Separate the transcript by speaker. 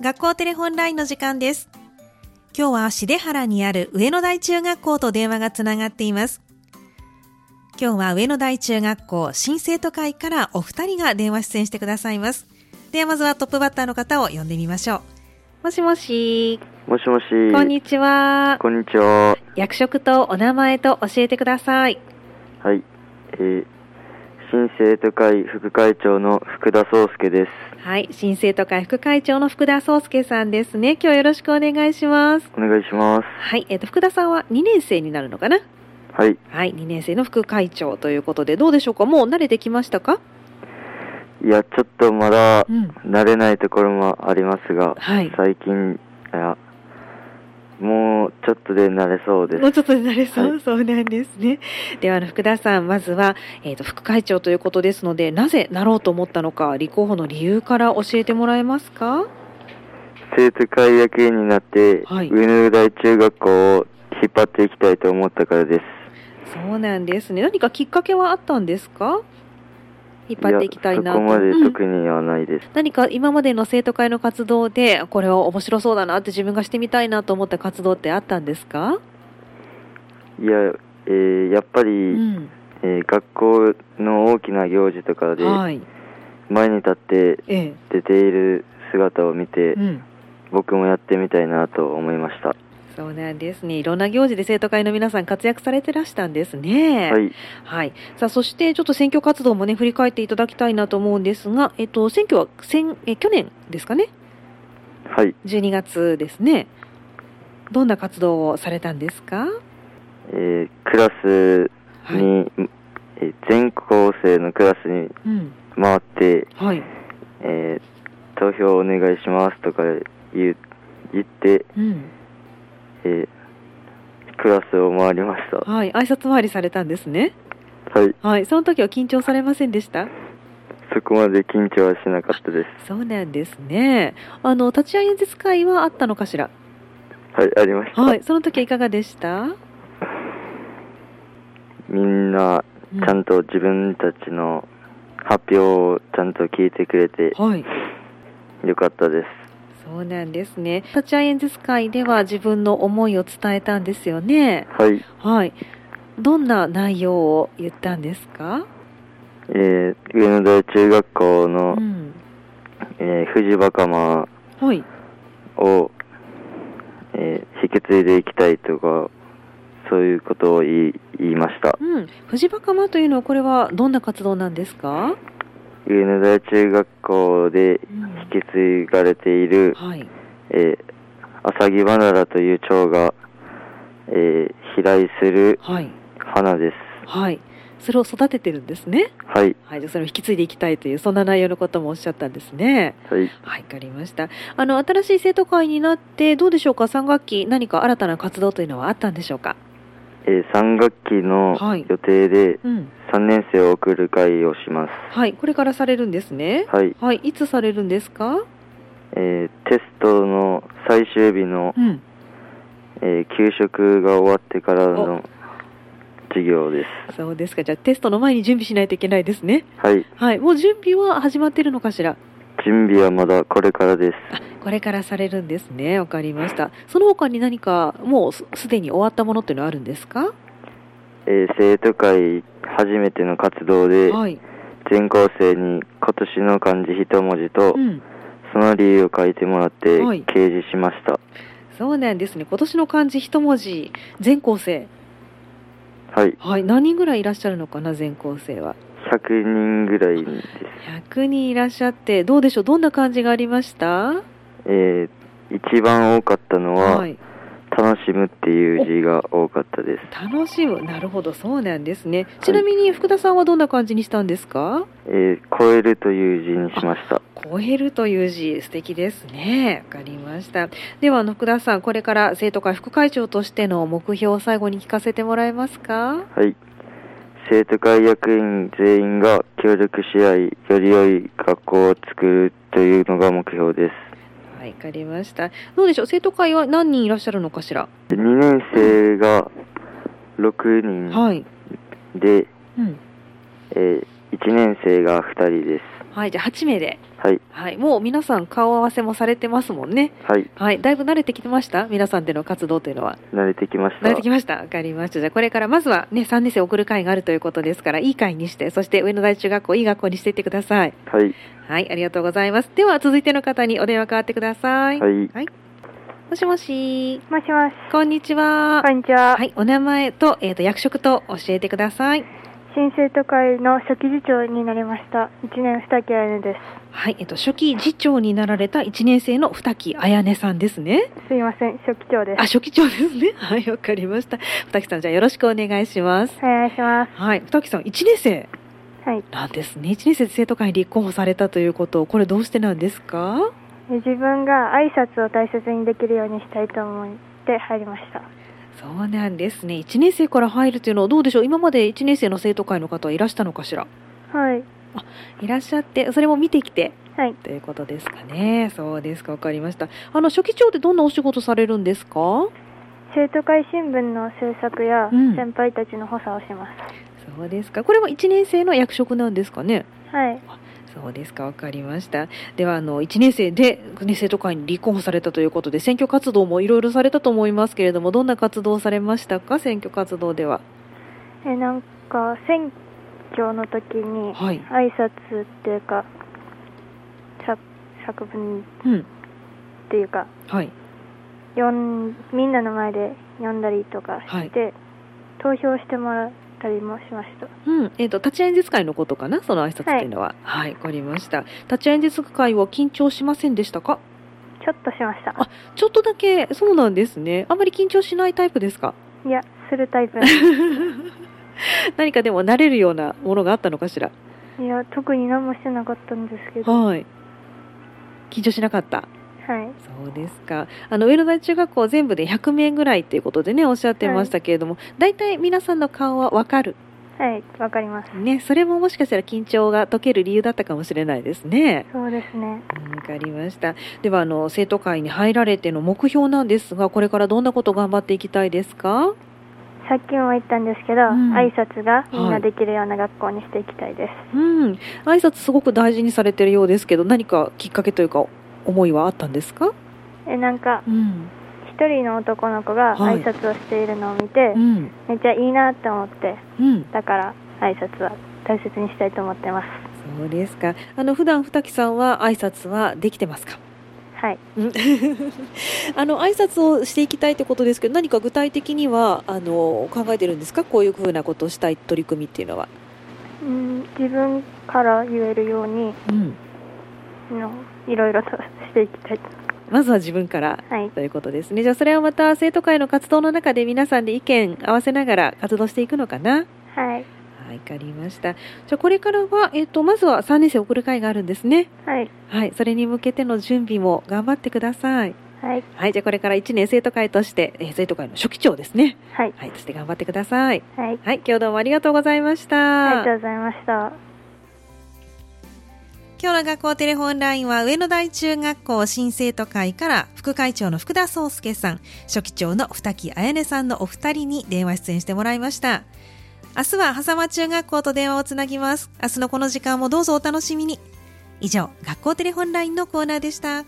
Speaker 1: 学校テレホンラインの時間です。今日は重原にある上野台中学校と電話がつながっています。今日は上野台中学校新生徒会からお二人が電話出演してくださいます。ではまずはトップバッターの方を呼んでみましょう。もしもし。
Speaker 2: もしもし。
Speaker 1: こんにちは。
Speaker 2: こんにちは。
Speaker 1: 役職とお名前と教えてください。
Speaker 2: はい。えー、新生徒会副会長の福田壮介です。
Speaker 1: はい、新生徒会副会長の福田壮介さんですね。今日よろしくお願いします。
Speaker 2: お願いします。
Speaker 1: はい、えっ、ー、と福田さんは2年生になるのかな。
Speaker 2: はい。
Speaker 1: はい、2年生の副会長ということでどうでしょうか。もう慣れてきましたか。
Speaker 2: いや、ちょっとまだ慣れないところもありますが、うん
Speaker 1: はい、
Speaker 2: 最近や。もうちょっとで慣れそうです。
Speaker 1: もうちょっとで慣れそう、はい、そうなんですね。では、あの、福田さん、まずは、えっ、ー、と、副会長ということですので、なぜなろうと思ったのか、立候補の理由から教えてもらえますか
Speaker 2: 生徒会役員になって、はい、上野台中学校を引っ張っていきたいと思ったからです。
Speaker 1: そうなんですね。何かきっかけはあったんですか引っ張っていきたいな
Speaker 2: そこまで特にはないです、うん、
Speaker 1: 何か今までの生徒会の活動でこれは面白そうだなって自分がしてみたいなと思った活動ってあったんですか
Speaker 2: いや、えー、やっぱり、うん、えー、学校の大きな行事とかで、前に立って出ている姿を見て、うん、僕もやってみたいなと思いました
Speaker 1: そうなんですね。いろんな行事で生徒会の皆さん活躍されてらしたんですね。
Speaker 2: はい。
Speaker 1: はい。さあ、そしてちょっと選挙活動もね、振り返っていただきたいなと思うんですが、えっと、選挙は先、え、去年ですかね
Speaker 2: はい。
Speaker 1: 12月ですね。どんな活動をされたんですか
Speaker 2: えー、クラスに、はい、え全校生のクラスに回って、
Speaker 1: うん、はい。
Speaker 2: えー、投票お願いしますとか言う、言って、
Speaker 1: うん。
Speaker 2: えクラスを回りました。
Speaker 1: はい、挨拶回りされたんですね。
Speaker 2: はい。
Speaker 1: はい、その時は緊張されませんでした。
Speaker 2: そこまで緊張はしなかったです。
Speaker 1: そうなんですね。あの立ち会い演説会はあったのかしら。
Speaker 2: はい、ありました。
Speaker 1: はい、その時いかがでした。
Speaker 2: みんなちゃんと自分たちの発表をちゃんと聞いてくれて、
Speaker 1: はい、
Speaker 2: よかったです。
Speaker 1: そうなんですね。立ち会い演説会では自分の思いを伝えたんですよね。
Speaker 2: はい。
Speaker 1: はい。どんな内容を言ったんですか
Speaker 2: えー、上野台中学校の、うん、えー、藤バカマを、はい、えー、引き継いでいきたいとか、そういうことを言い言いました。
Speaker 1: うん。藤バカマというのは、これはどんな活動なんですか
Speaker 2: 上野台中学校で引き継がれている、
Speaker 1: うん、はい
Speaker 2: えー、アサギバナラという蝶が、えー、飛来する花です、
Speaker 1: はい、はい、それを育ててるんですね
Speaker 2: はい、
Speaker 1: はい、じゃそれを引き継いでいきたいというそんな内容のこともおっしゃったんですね
Speaker 2: はい、
Speaker 1: はい、分かりましたあの新しい生徒会になってどうでしょうか3学期何か新たな活動というのはあったんでしょうか
Speaker 2: えー、3学期の予定で3年生を送る会をしま
Speaker 1: はい、うん
Speaker 2: す、
Speaker 1: はい、これからされるんですね
Speaker 2: はい、
Speaker 1: はい、いつされるんですか、
Speaker 2: えー、テストの最終日の、うん、えー、給食が終わってからの授業です
Speaker 1: そうですかじゃあテストの前に準備しないといけないですね
Speaker 2: はい、
Speaker 1: はい、もう準備は始まってるのかしら
Speaker 2: 準備はまだこれからです
Speaker 1: これからされるんですねわかりましたその他に何かもうすでに終わったものっていうのはあるんですか、
Speaker 2: えー、生徒会初めての活動で、
Speaker 1: はい、
Speaker 2: 全校生に今年の漢字一文字と、うん、その理由を書いてもらって掲示しました、はい、
Speaker 1: そうなんですね今年の漢字一文字全校生
Speaker 2: はい、
Speaker 1: はい、何人ぐらいいらっしゃるのかな全校生は
Speaker 2: 100人ぐらいです
Speaker 1: 100人いらっしゃってどうでしょうどんな感じがありました
Speaker 2: えー、一番多かったのは、はい、楽しむっていう字が多かったです
Speaker 1: 楽しむなるほどそうなんですねちなみに福田さんはどんな感じにしたんですか、はい、
Speaker 2: えー、超えるという字にしました
Speaker 1: 超えるという字素敵ですねわかりましたでは福田さんこれから生徒会副会長としての目標を最後に聞かせてもらえますか
Speaker 2: はい生徒会役員全員が協力し合いより良い学校を作るというのが目標です
Speaker 1: はい、わかりました。どうでしょう、生徒会は何人いらっしゃるのかしら。
Speaker 2: 2年生が6人で、
Speaker 1: はいうん
Speaker 2: えー、1年生が2人です。
Speaker 1: はい、じゃあ8名で。
Speaker 2: はい。
Speaker 1: はい、もう皆さん顔合わせもされてますもんね。
Speaker 2: はい。
Speaker 1: はい、だいぶ慣れてきました皆さんでの活動というのは。
Speaker 2: 慣れてきました。
Speaker 1: 慣れてきました。わかりました。じゃあこれからまずはね、3年生送る会があるということですから、いい会にして、そして上野台中学校、いい学校にしていってください。
Speaker 2: はい。
Speaker 1: はい、ありがとうございます。では続いての方にお電話変わってください。
Speaker 2: はい。
Speaker 1: はい。もしもし。
Speaker 3: もしもし。
Speaker 1: こんにちは。
Speaker 3: こんにちは。
Speaker 1: はい、お名前と、えっ、ー、と、役職と教えてください。
Speaker 3: 新生徒会の初期次長になりました1年二木彩音です
Speaker 1: はい、えっと、初期次長になられた1年生の二木彩音さんですね
Speaker 3: すいません初期長です
Speaker 1: あ初期長ですね はいわかりました二木さんじゃよろしくお願いします
Speaker 3: お願いします
Speaker 1: はい二木さん1年生
Speaker 3: はい
Speaker 1: なんですね1年生生徒会に立候補されたということこれどうしてなんですか
Speaker 3: 自分が挨拶を大切にできるようにしたいと思って入りました
Speaker 1: そうなんですね。1年生から入るというのはどうでしょう今まで1年生の生徒会の方はいらしたのかしら
Speaker 3: はい。
Speaker 1: あ、いらっしゃって、それも見てきて。
Speaker 3: はい。
Speaker 1: ということですかね。そうですか。わかりました。あの、初期長ってどんなお仕事されるんですか、
Speaker 3: 生徒会新聞の制作や先輩たちの補佐をします
Speaker 1: うん、そうですか。これは1年生の役職なんですかね
Speaker 3: はい。
Speaker 1: そうですか、わかりました。では、あの、1年生で、ね、生徒会に立候補されたということで、選挙活動もいろいろされたと思いますけれども、どんな活動をされましたか、選挙活動では。
Speaker 3: え、なんか、選挙の時に、挨拶っていうか、はい、作文っていうか、
Speaker 1: うん、はい、
Speaker 3: 読んみんなの前で読んだりとかして、はい、投票してもらう。たりもしました。
Speaker 1: うん、えっ、ー、と立ち演説会のことかな、その挨拶っていうのは、はい、わ、はい、かりました。立ち演説会は緊張しませんでしたか？
Speaker 3: ちょっとしました。
Speaker 1: あ、ちょっとだけ、そうなんですね。あまり緊張しないタイプですか？
Speaker 3: いや、するタ イプ。
Speaker 1: 何かでも慣れるようなものがあったのかしら？
Speaker 3: いや、特に何もしてなかったんですけど。
Speaker 1: はい。緊張しなかった。
Speaker 3: はい、
Speaker 1: そうですかあの上野台中学校全部で100名ぐらいということでねおっしゃってましたけれども、はい、大体皆さんの顔は分かる
Speaker 3: はい分かります
Speaker 1: ねそれももしかしたら緊張が解ける理由だったかもしれないですね
Speaker 3: そうですね
Speaker 1: 分かりましたではあの生徒会に入られての目標なんですがこれからどんなこと頑張っていきたいですか
Speaker 3: さっきも言ったんですけど、うん、挨拶がみんなできるような学校にしていきたいです、
Speaker 1: はい、うん挨拶すごく大事にされてるようですけど何かきっかけというか思いはあったんですか
Speaker 3: えなんか、うん、1人の男の子が挨拶をしているのを見て、はいうん、めっちゃいいなって思って、うん、だから挨拶は大切にしたいと思ってます
Speaker 1: そうですかあの普段二木さんは挨拶はできてますか
Speaker 3: はい
Speaker 1: あの挨拶をしていきたいってことですけど何か具体的にはあの考えてるんですかこういうふうなことをしたい取り組みっていうのは
Speaker 3: うん自分から言えるように、のいろいろとしていきたい
Speaker 1: まずは自分から、
Speaker 3: はい、
Speaker 1: ということですねじゃあそれはまた生徒会の活動の中で皆さんで意見合わせながら活動していくのかな
Speaker 3: はい
Speaker 1: わ、はい、かりましたじゃあこれからは、えーと、とまずは3年生送る会があるんですね
Speaker 3: はい、
Speaker 1: はい、それに向けての準備も頑張ってください
Speaker 3: はい、
Speaker 1: はい、じゃあこれから1年生徒会として、えー、生徒会の初期長ですね
Speaker 3: はい、
Speaker 1: はい、そして頑張ってください
Speaker 3: はい、
Speaker 1: はい、今日どうもありがとうございました
Speaker 3: ありがとうございました
Speaker 1: 今日の学校テレホンラインは上野台中学校新生徒会から副会長の福田壮介さん、初期長の二木彩音さんのお二人に電話出演してもらいました。明日は狭間中学校と電話をつなぎます。明日のこの時間もどうぞお楽しみに。以上、学校テレホンラインのコーナーでした。